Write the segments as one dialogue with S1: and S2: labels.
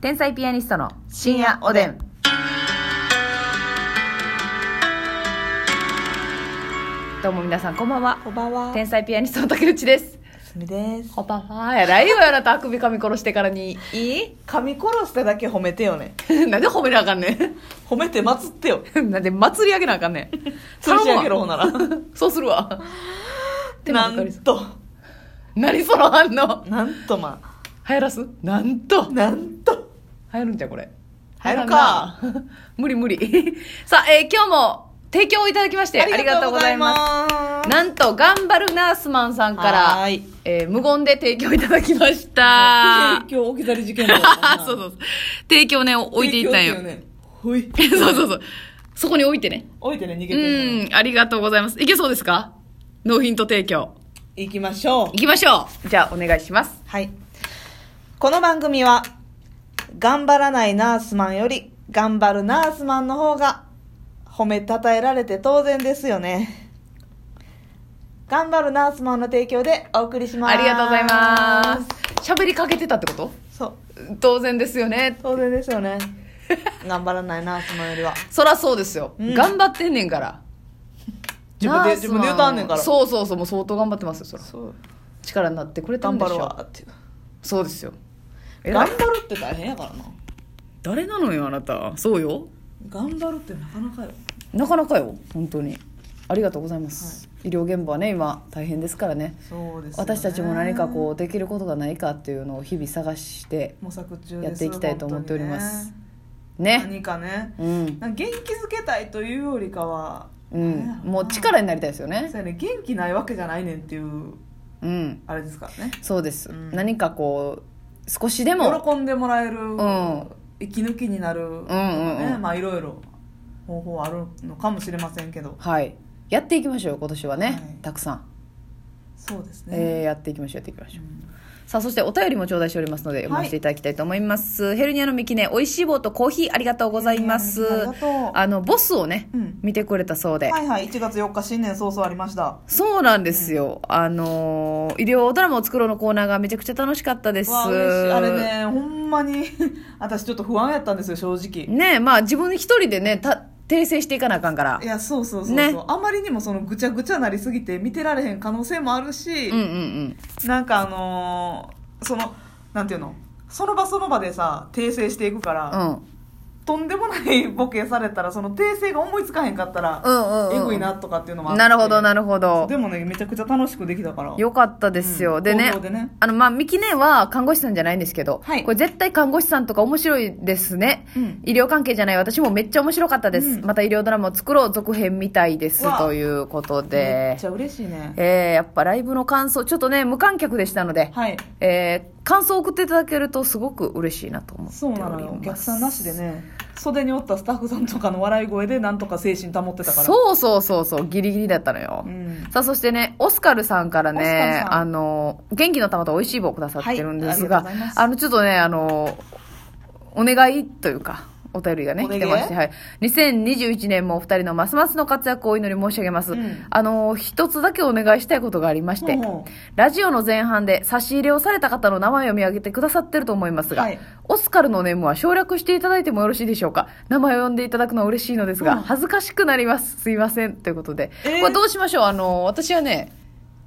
S1: 天才ピアニストの
S2: 深夜おでん。
S1: どうも皆さんこんばんは
S2: こんばんは
S1: 天才ピアニストの竹内です
S2: すみです。
S1: こんばんはやないよあなたあくび噛み殺してからにいい
S2: 噛み殺しただけ褒めてよね。
S1: なんで褒めなあかんね
S2: 褒めて祭ってよ。
S1: ん なんで祭り上げなあかん ねん
S2: 吊るし上げろほんなら
S1: 頼むわ そうするわ 手間
S2: な
S1: かかり
S2: ん
S1: そう
S2: と、
S1: 何その反応
S2: なんとま
S1: 流行らすなんと
S2: あ、なんと。
S1: 流行るんじゃこれ
S2: 流行るか
S1: 流行らんな 無理無理 さあ、えー今日も提供をいただきましてありがとうございます
S2: す。
S1: なんと頑張るナースマンさんから
S2: はーい、
S1: えー無言で提供いただきま した
S2: 提供置き去り事件だよ
S1: そうそうそう提供ね置いていったんよ
S2: ほい。
S1: そうそうそうそこに置いてね
S2: 置いてね、逃げて
S1: う
S2: ね。
S1: んありがとうございますいけそうですかノーヒント提供
S2: 行きましょう
S1: い。きましょうじゃあお願いします
S2: はい。この番組は、頑張らないナースマンより、頑張るナースマンの方が、褒めたたえられて当然ですよね。頑張るナースマンの提供でお送りします。
S1: ありがとうございます喋りかけてたってこと
S2: す。そう、
S1: 当然ですよね
S2: 当然ですよね。頑張らないナースマンよりは。
S1: そらそうですよ、
S2: うん
S1: 頑張ってんねんから
S2: 自分
S1: ナース
S2: で
S1: マン
S2: 自分で歌わんねんから
S1: そうそうそうもう相当頑張ってますよそら
S2: そう、
S1: 力になってくれたん
S2: 頑
S1: でし
S2: 張る
S1: ょ
S2: わっていう。
S1: そうですよ偉
S2: 頑
S1: い
S2: 張るって大変やからな。
S1: 誰なのよあなたそうよ
S2: 頑張るってなかなかよ。
S1: なかなかよ本当にありがとうございます、医療現場はね今大変ですからね
S2: そうですよね
S1: 私たちも何かこうできることがないかっていうのを日々探して
S2: 模索中です
S1: やっていきたいと思っております
S2: 本当に
S1: ね
S2: ね何かね。
S1: うん、
S2: なんか元気づけたいというよりかは、
S1: うん
S2: なんや、ろな
S1: もう力になりたいですよね
S2: そうやね元気ないわけじゃないねんっていう
S1: うん
S2: あれですからね
S1: そうです、
S2: うん
S1: 何かこう少しでも
S2: 喜んでもらえる、
S1: ん
S2: 息抜きになるとかね、
S1: うんうん
S2: まあいろいろ方法あるのかもしれませんけど
S1: はいやっていきましょう今年はね、
S2: はい
S1: たくさん、
S2: そうです
S1: えー
S2: ね、
S1: やっていきましょうやっていきましょう、
S2: うん
S1: さあそしてお便りも頂戴しておりますので読ませていただきたいと思います、ヘルニアのミキネおいしい棒とコーヒーありがとうございます、
S2: ヘルニアのミキネありがとう
S1: あのボスをね、
S2: うん
S1: 見てくれたそうで、
S2: はいはい1月4日新年早々ありました
S1: そうなんですよ、あのー医療ドラマを作ろうのコーナーがめちゃくちゃ楽しかったです
S2: わあ嬉しいあれねほんまに 私ちょっと不安やったんですよ正直
S1: ねえまあ自分一人でねた訂正していかなあかんから
S2: いやそうそうそうそう、
S1: ね
S2: あまりにもそのぐちゃぐちゃなりすぎて見てられへん可能性もあるし、
S1: うんうんうん
S2: なんかあのーそのなんていうのその場その場でさ訂正していくから、
S1: うん
S2: とんでもないボケされたらその訂正が思いつかへんかったら、
S1: うんうんうん
S2: えぐいなとかっていうのもあって
S1: なるほどなるほど
S2: でもねめちゃくちゃ楽しくできたから
S1: よかったですよ、
S2: うん
S1: でね
S2: 行動でね
S1: あのまあミキネは看護師さんじゃないんですけど、
S2: はい
S1: これ絶対看護師さんとか面白いですね、
S2: うん
S1: 医療関係じゃない私もめっちゃ面白かったです、
S2: うん
S1: また医療ドラマを作ろう続編みたいです
S2: うわ
S1: ということ
S2: め
S1: で
S2: っち、ゃ嬉しいね
S1: えーやっぱライブの感想ちょっとね無観客でしたので、
S2: はい
S1: えー感想を送っていただけるとすごく嬉しいなと思って
S2: そ
S1: お
S2: う
S1: り
S2: なのよお
S1: ま
S2: 客
S1: す
S2: さんなしでね袖におったスタッフさんとかの笑い声でなんとか精神保ってたからう、
S1: そうそうそうそうギリギリだったのよ、
S2: ん、
S1: さあそしてねオスカルさんから
S2: オスカル
S1: ね
S2: さん
S1: あの元気の玉と美味しい棒をくださってるんですが,、
S2: はいありがとうございます
S1: あのちょっとねあのお願いというかお便りがね
S2: お
S1: 来
S2: 願い
S1: てまして、はい、2021年もお二人のますますの活躍をお祈り申し上げます、
S2: うん
S1: あの一つだけお願いしたいことがありまして、
S2: ほうほう
S1: ラジオの前半で差し入れをされた方の名前を見上げてくださってると思いますが、
S2: はい
S1: オスカルのネームは省略していただいてもよろしいでしょうか名前を呼んでいただくのは嬉しいのですが、
S2: うん
S1: 恥ずかしくなりますすいませんということで、
S2: えー
S1: これどうしましょうあの私はね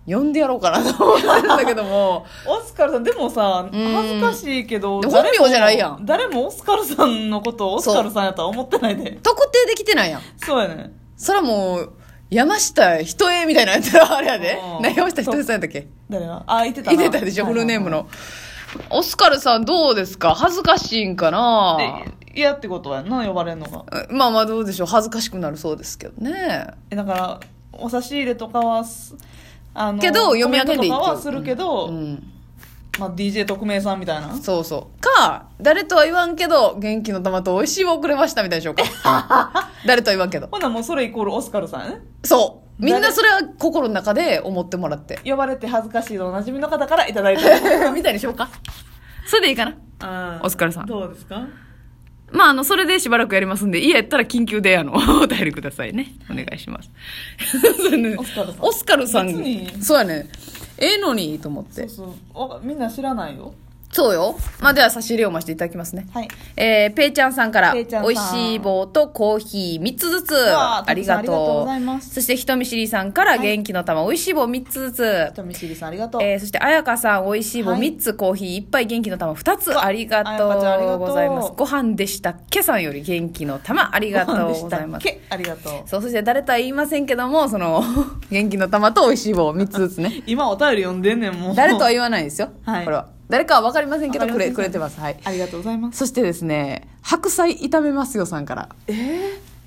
S1: 呼んでやろうかなと思ってたんだけど も
S2: オスカルさんでもさ
S1: うん
S2: 恥ずかしいけど
S1: でも
S2: 誰も
S1: 本名じゃないやん
S2: 誰もオスカルさんのことをオスカルさんやとは思ってないで
S1: 特定できてないやん
S2: そうやね
S1: そらもう山下人絵みたいなやつらあれやで
S2: うん
S1: 何山下人絵さんやったっけ
S2: 誰があいてた
S1: いてたでしょ
S2: はい
S1: フ
S2: はい
S1: ルネ
S2: はい
S1: ームのオスカルさんどうですか恥ずかしいんかな
S2: で嫌ってことやんな呼ばれるのが
S1: まあまあどうでしょう恥ずかしくなるそうですけどね
S2: えだからお差し入れとかはすあの
S1: けど読み上げ
S2: コ
S1: で
S2: メ
S1: いい
S2: ントとかは
S1: と
S2: するけど、
S1: うん
S2: まあ、DJ 特命さんみたいな
S1: そうそうか誰とは言わんけど元気の玉と美味しいをくれましたみたいでしょう か誰とは言わんけど
S2: ほなもうそれイコールオスカルさんやね
S1: そうみんなそれは心の中で思ってもらって
S2: 呼ばれて恥ずかしいのおなじみの方からいただいてる
S1: みたいにしようかそれでいいかな
S2: あー
S1: オスカルさん
S2: どうですか
S1: まああのそれでしばらくやりますんで家やったら緊急であの お便りくださいねお願いします そうね
S2: オスカルさん
S1: オスカルさん
S2: 別に
S1: そうやねええのにと思って
S2: そうそうわみんな知らないよ
S1: そうよ。まあ、では差し入れを増していただきますね。
S2: はい。
S1: えー、ペイちゃんさんから、
S2: ペ
S1: 美
S2: イちゃんさん
S1: 味しい棒とコーヒー3つずつ。
S2: わー
S1: ありが
S2: たくさんありがとう
S1: と
S2: ございま
S1: う。
S2: す
S1: そして、人見知りさんから、
S2: い
S1: 元気の玉、美味しい棒3つずつ。
S2: 人見知りさんありがとう。
S1: えーそして、あやかさん、美味しい棒
S2: はい
S1: 3つ、コーヒー1杯、元気の玉2つ。
S2: わ
S1: ありがと
S2: あやかちゃんありが
S1: う
S2: とう
S1: ございます。ご飯でしたっけさんより、元気の玉、ありがとうございます
S2: ご飯でしたっ。けありがとう。
S1: そう、そして誰とは言いませんけども、その、 元気の玉と美味しい棒3つずつね。
S2: 今お便り読んでんねん、 もう。
S1: 誰とは言わないですよ。
S2: はい
S1: これは。誰かは分かりませんけど、
S2: わ
S1: く
S2: か
S1: れ、
S2: りません
S1: くれてます。はい。
S2: ありがとうございます。
S1: そしてですね、白菜炒めますよさんから、
S2: えー、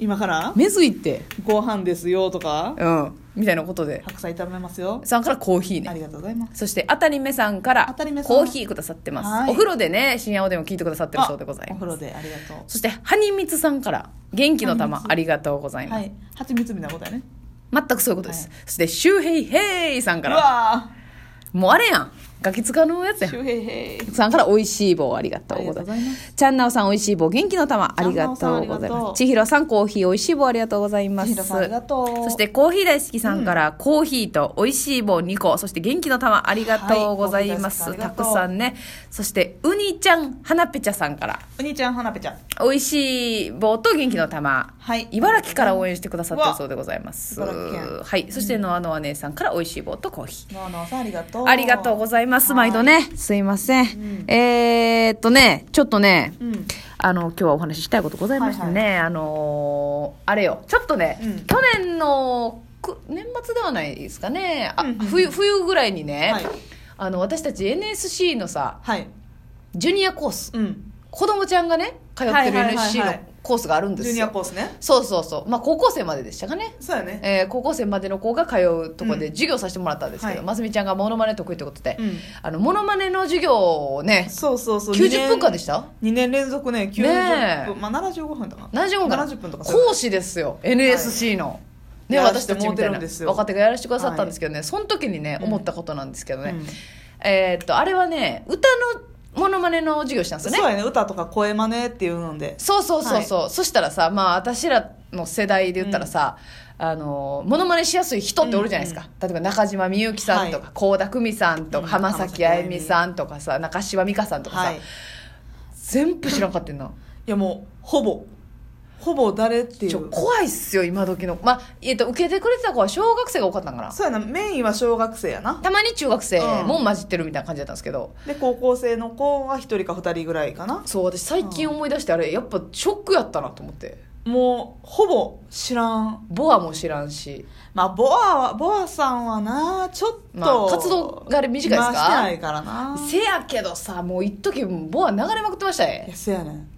S2: 今から
S1: 目ずいって、
S2: ご飯ですよとか、
S1: うん、みたいなことで、
S2: 白菜炒めますよ。
S1: さんからコーヒー
S2: あ
S1: ね。
S2: りがとうございます。
S1: そして、あたりめさんか
S2: あ
S1: ら
S2: たりめさん
S1: コーヒーくださってま
S2: は
S1: す。
S2: い
S1: お風呂でね、深夜おでんを聞いてくださってるそうでござい
S2: あお
S1: ます。
S2: 風呂でありがとう。
S1: そして、はにみつさんから、元気の
S2: はに
S1: 玉
S2: みつ
S1: ありがとうございます。
S2: はい。蜂蜜みたいなことやね。
S1: 全くそういうことです。
S2: は
S1: そして、しゅうへいへいさん
S2: う
S1: から、
S2: わ
S1: もうあれやん、ガキ使のやつ
S2: ー
S1: やん
S2: シ。ュヘイヘイ。
S1: さんから美味しい棒ありがとうござい
S2: あ
S1: ま。
S2: りがとうございます
S1: ちゃんなおさん美味しい棒元気の玉ありがとうござ
S2: ちゃんなおさんあ
S1: い
S2: りがと
S1: ま
S2: う
S1: す。ちひろさんコーヒー美味しい棒ありがとうございます。
S2: 千尋さんありがとう
S1: そしてコーヒー大好きさんからコーヒーと美味しい棒2個、そして元気の玉ありがとうございます。
S2: はい
S1: た
S2: コーヒー大好きさんありがと
S1: く
S2: う
S1: さんね。そしてウニちゃん、はなぺちゃさんから
S2: お兄ちゃん、はなぺちゃん。
S1: 美味しい棒と元気の玉。
S2: はい
S1: 茨城から応援してくださってるそうでございます。
S2: うわ茨城県
S1: はい。そしてノアノア姉さんから美味しい棒とコーヒー。
S2: ノアノアさんありがとう。
S1: ありがとうございます。毎度ね。すいません。
S2: ん
S1: えーっとね、ちょっとね、
S2: うん。
S1: あの、今日はお話ししたいことございましてね、
S2: は
S1: あのーあれよ、ちょっとね、
S2: うん
S1: 去年のく年末ではないですかね、あ
S2: うんうん
S1: 冬、冬ぐらいにね、
S2: はい
S1: あの、私たち NSC のさ、
S2: はい。
S1: ジュニアコース、
S2: うん。
S1: 子供ちゃんがね、通ってる
S2: はいはいはいはい
S1: NSC のコースがあるんで
S2: ジ
S1: す
S2: ュ
S1: よ。
S2: ニアコースね。
S1: そうそうそう。まあ、高校生まででしたかね。
S2: そうやね。
S1: えー高校生までの子が通うとこで
S2: うん
S1: 授業させてもらったんですけど、
S2: はい
S1: ますみちゃんがモノマネ得意ってことで、
S2: うん
S1: あのモノマネの授業をね
S2: そうそうそう。
S1: 90分間でした
S2: 2年連続ね、
S1: ね
S2: 90
S1: え
S2: 分。まあ、75分とか。
S1: 70分から
S2: 70分とかそう
S1: 講師ですよ NSC の、ね
S2: やら
S1: 私
S2: せて
S1: たち
S2: もう
S1: み
S2: て
S1: たい
S2: る
S1: なん
S2: ですよ
S1: 若手がやらせてくださったんですけどね、その時にね
S2: うん
S1: 思ったことなんですけどね、
S2: うん
S1: えーっとあれはね歌のモノマネの授業したんです
S2: そ
S1: よ
S2: う
S1: ね
S2: やね。歌とか声真似っていうので。
S1: そうそうそうそう、そしたらさまあ私らの世代で言ったらさ、あのモノマネしやすい人っておるじゃないですか、例えば中島みゆきさんと
S2: は
S1: か倖、田來未さんと
S2: うん
S1: か浜崎あゆみさんとかさ中島美嘉さんとかさ、
S2: はい。い
S1: 全部知らんかったんな
S2: や、もう、ほぼ。ほぼ誰ってい
S1: ちょ
S2: う。
S1: 怖いっすよ今時のまあ、えっと受けてくれてた子は小学生が多かったんかな
S2: そうやな。メインは小学生やな。
S1: たまに中学生
S2: うん
S1: も混じってるみたいな感じだったんですけど、
S2: で、高校生の子が1人か2人ぐらいかな。
S1: そう私最近思い出してあれやっぱショックやったなと思って
S2: もう、ほぼ知らん。
S1: ボアも知らんし、
S2: まあ、ボアは、ボアさんはな、ちょっと。
S1: まあ、活動があれ短いです
S2: 回してない
S1: か
S2: からな。
S1: せやけどさもう一時ボア流れまくってました
S2: い
S1: ね
S2: やせやねん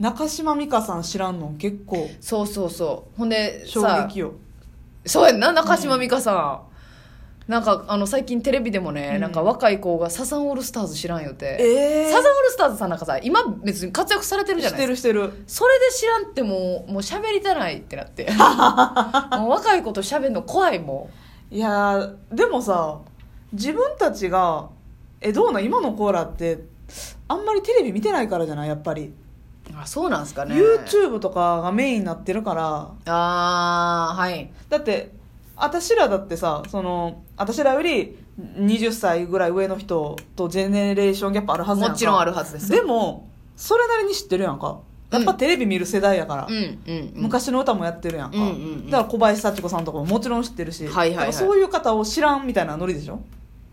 S2: 中島美嘉さん知らんの結構
S1: そうそうそうほんで
S2: 衝
S1: さ
S2: 撃よ
S1: そうやんな中島美嘉さん、なんかあの最近テレビでもね、
S2: うん
S1: なんか若い子がサザンオールスターズ知らんよって
S2: ええ
S1: サザンオールスターズさんなんかさ今別に活躍されてるじゃ
S2: し
S1: ないで
S2: て
S1: すか
S2: るしてる
S1: それで知らんってもうもう喋りたないってなって もう若い子と喋るの怖いも
S2: いやーでもさ自分たちがえどうなん今のコーラってあんまりテレビ見てないからじゃないやっぱり、
S1: んあそうなんすかね
S2: YouTube とかがメインになってるから
S1: ああはい
S2: だって私らだってさその私らより20歳ぐらい上の人とジェネレーションギャップあるはずやん
S1: も
S2: か
S1: ちろんあるはずです
S2: でもそれなりに知ってるやんかやっぱテレビ見る世代やから、
S1: うんうん、うん、
S2: 昔の歌もやってるやんか、
S1: うんうんうん
S2: だから小林幸子さんとかももちろん知ってるし、
S1: はいはいはい
S2: だからそういう方を知らんみたいなノリでしょ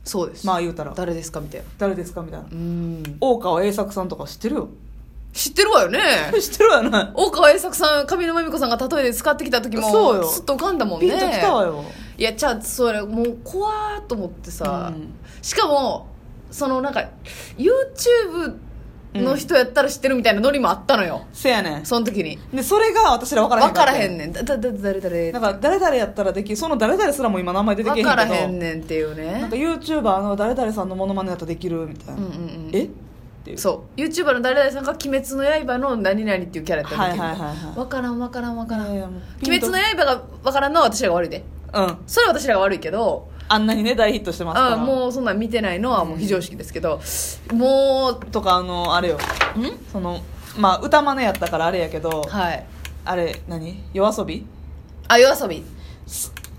S1: そうです、
S2: まあ言うたら
S1: 誰ですかみたいな
S2: 誰ですかみたいな
S1: うん
S2: 大川栄作さんとか知ってるよ
S1: 知ってるわよね
S2: 知ってるやない
S1: 大川栄作さん上沼恵美子さんが例えで使ってきた時も
S2: そうよ
S1: すっと浮かんだもん
S2: ピ
S1: ね
S2: ンときたわよ、
S1: いやじゃあそれもう怖ーっと思ってさ、
S2: うん
S1: しかもそのなんか YouTube の人やったら知ってるみたいなノリもあったのよ、
S2: せやねん
S1: その時に
S2: でそれが私ら分からへん
S1: 分からへん
S2: ん
S1: ねんだだだ誰誰
S2: なんか誰々やったらできその誰々すらも今名前出てけへ
S1: 分
S2: んけど
S1: からへんねんっていう
S2: なん
S1: ね
S2: か YouTuber の誰々さんのモノマネだったらできるみたいな、
S1: うんうんうん
S2: えっていう
S1: そう YouTuber の誰々さんが「鬼滅の刃」の何々っていうキャラやった
S2: はいはい
S1: ら
S2: はいはい
S1: 分からん分からん分からん
S2: い
S1: 鬼
S2: やいやもうピン
S1: 滅
S2: と
S1: の刃が分からんのは私らが悪いで
S2: うん
S1: それは私らが悪いけど
S2: あんなにね大ヒットしてますから
S1: あもうそんなん見てないのはもう非常識ですけども
S2: とかあのあれよ
S1: ううん
S2: そのまあ歌真似やったからあれやけど、
S1: はい
S2: あれ何夜遊び
S1: あ夜遊び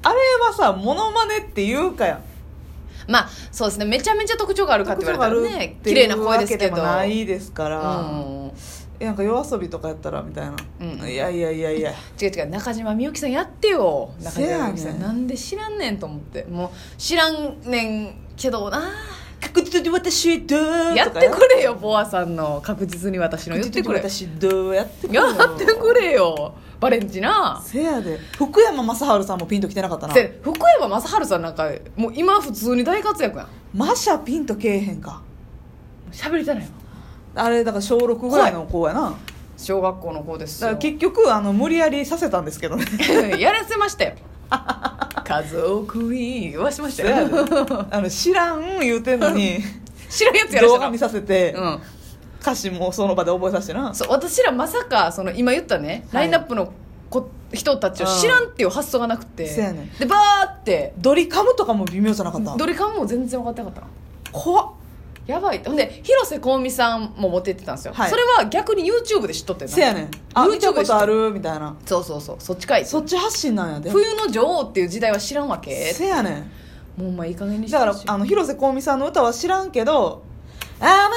S2: あれはさモノマネっていうかやん
S1: まあそうですねめちゃめちゃ特徴があるかって言われたらね綺麗な声ですけど
S2: 特徴があるっていうわけでもないですから、
S1: うん
S2: えなんか夜遊びとかやったらみたいな、
S1: うん
S2: いやいやいやいや
S1: 違う違う中島みゆきさんやってよ中
S2: せや
S1: 島
S2: ね
S1: み
S2: ん
S1: ゆきさんなんで知らんねんと思ってもう知らんねんけどな
S2: 確実に私どう
S1: やっ
S2: とか
S1: てくれよボアさんの確実に私の言
S2: 確
S1: って
S2: 実
S1: く
S2: に
S1: れ
S2: 私どうやってくれ
S1: や
S2: よ
S1: ってくれよバレンチな
S2: せやで福山雅治さんもピンときてなかったな
S1: せ福山雅治さんなんかもう今普通に大活躍やん
S2: マシャピンとけえへんか
S1: 喋りたないよ
S2: あれだから小6ぐらいの子やなだ
S1: 小学校の子です
S2: か
S1: よ
S2: ら結局あの無理やりさせたんですけどね
S1: やらせましたよ家族いいはしまし
S2: せ
S1: たよ
S2: やであの知らん言うてんの に
S1: 知らんやつやらせ
S2: 動
S1: た
S2: 画見させて、
S1: なうん
S2: 歌詞もその場で覚えさせてな
S1: そう私らまさかその今言ったね、
S2: は
S1: ラ
S2: い
S1: インナップのこ人たちを知らんっていう発想がなくて、
S2: うんそうやねん
S1: でバーって
S2: ドリカムとかも微妙じゃなかった
S1: ドリカムも全然分かってなかったの
S2: 怖っ
S1: やばいってほんで広瀬香美さんも持って行ってたんですよ、
S2: はい
S1: それは逆に YouTube で知っとってんな
S2: せやねんあ
S1: YouTube
S2: 見たことあるみたいな
S1: そうそうそうそっちかい
S2: そっち発信なんやで
S1: 冬の女王っていう時代は知らんわけ
S2: せやねん
S1: もうお前いい加減にして
S2: だから
S1: ほしい
S2: あの広瀬香美さんの歌は知らんけど「天城越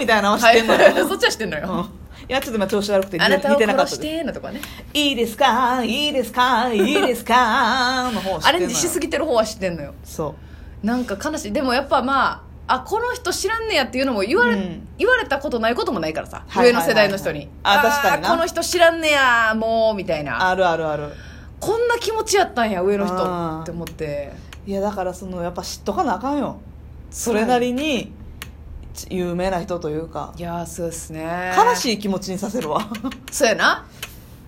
S2: え」みたいなのは知ってんのよ、
S1: はい そっちは知ってんの
S2: うん
S1: よ、
S2: いやちょっと今調子悪くて似
S1: あ
S2: て
S1: なた
S2: 似
S1: を
S2: てなかっ
S1: 殺
S2: た
S1: し
S2: で
S1: てのとかね
S2: すいいですかいいですかいいですかの方知ってんのよ
S1: アレンジしすぎてる方は知ってんのよ
S2: そう
S1: なんか悲しいでもやっぱまああこの人知らんねやっていうのも言われ,、
S2: うん
S1: 言われたことないこともないからさ、
S2: はいはいはいはい
S1: 上の世代の人に
S2: あ確かにな
S1: この人知らんねやもうみたいな
S2: あるあるある
S1: こんな気持ちやったんや上の
S2: あー
S1: 人って思って
S2: いやだからそのやっぱ知っとかなあかんよそれなりに有名な人というか
S1: いやーそうですね
S2: 悲
S1: い
S2: しい気持ちにさせるわ
S1: そうやな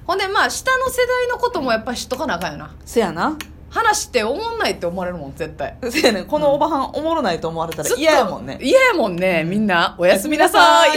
S1: ほんでまあ下の世代のこともやっぱり知っとかなあかんよな
S2: せや な
S1: 話して思んないって思われるもん絶対
S2: せやねんこのおばはんおもろないと思われたら嫌やもんね
S1: 嫌やもんねみんなおやすみなさい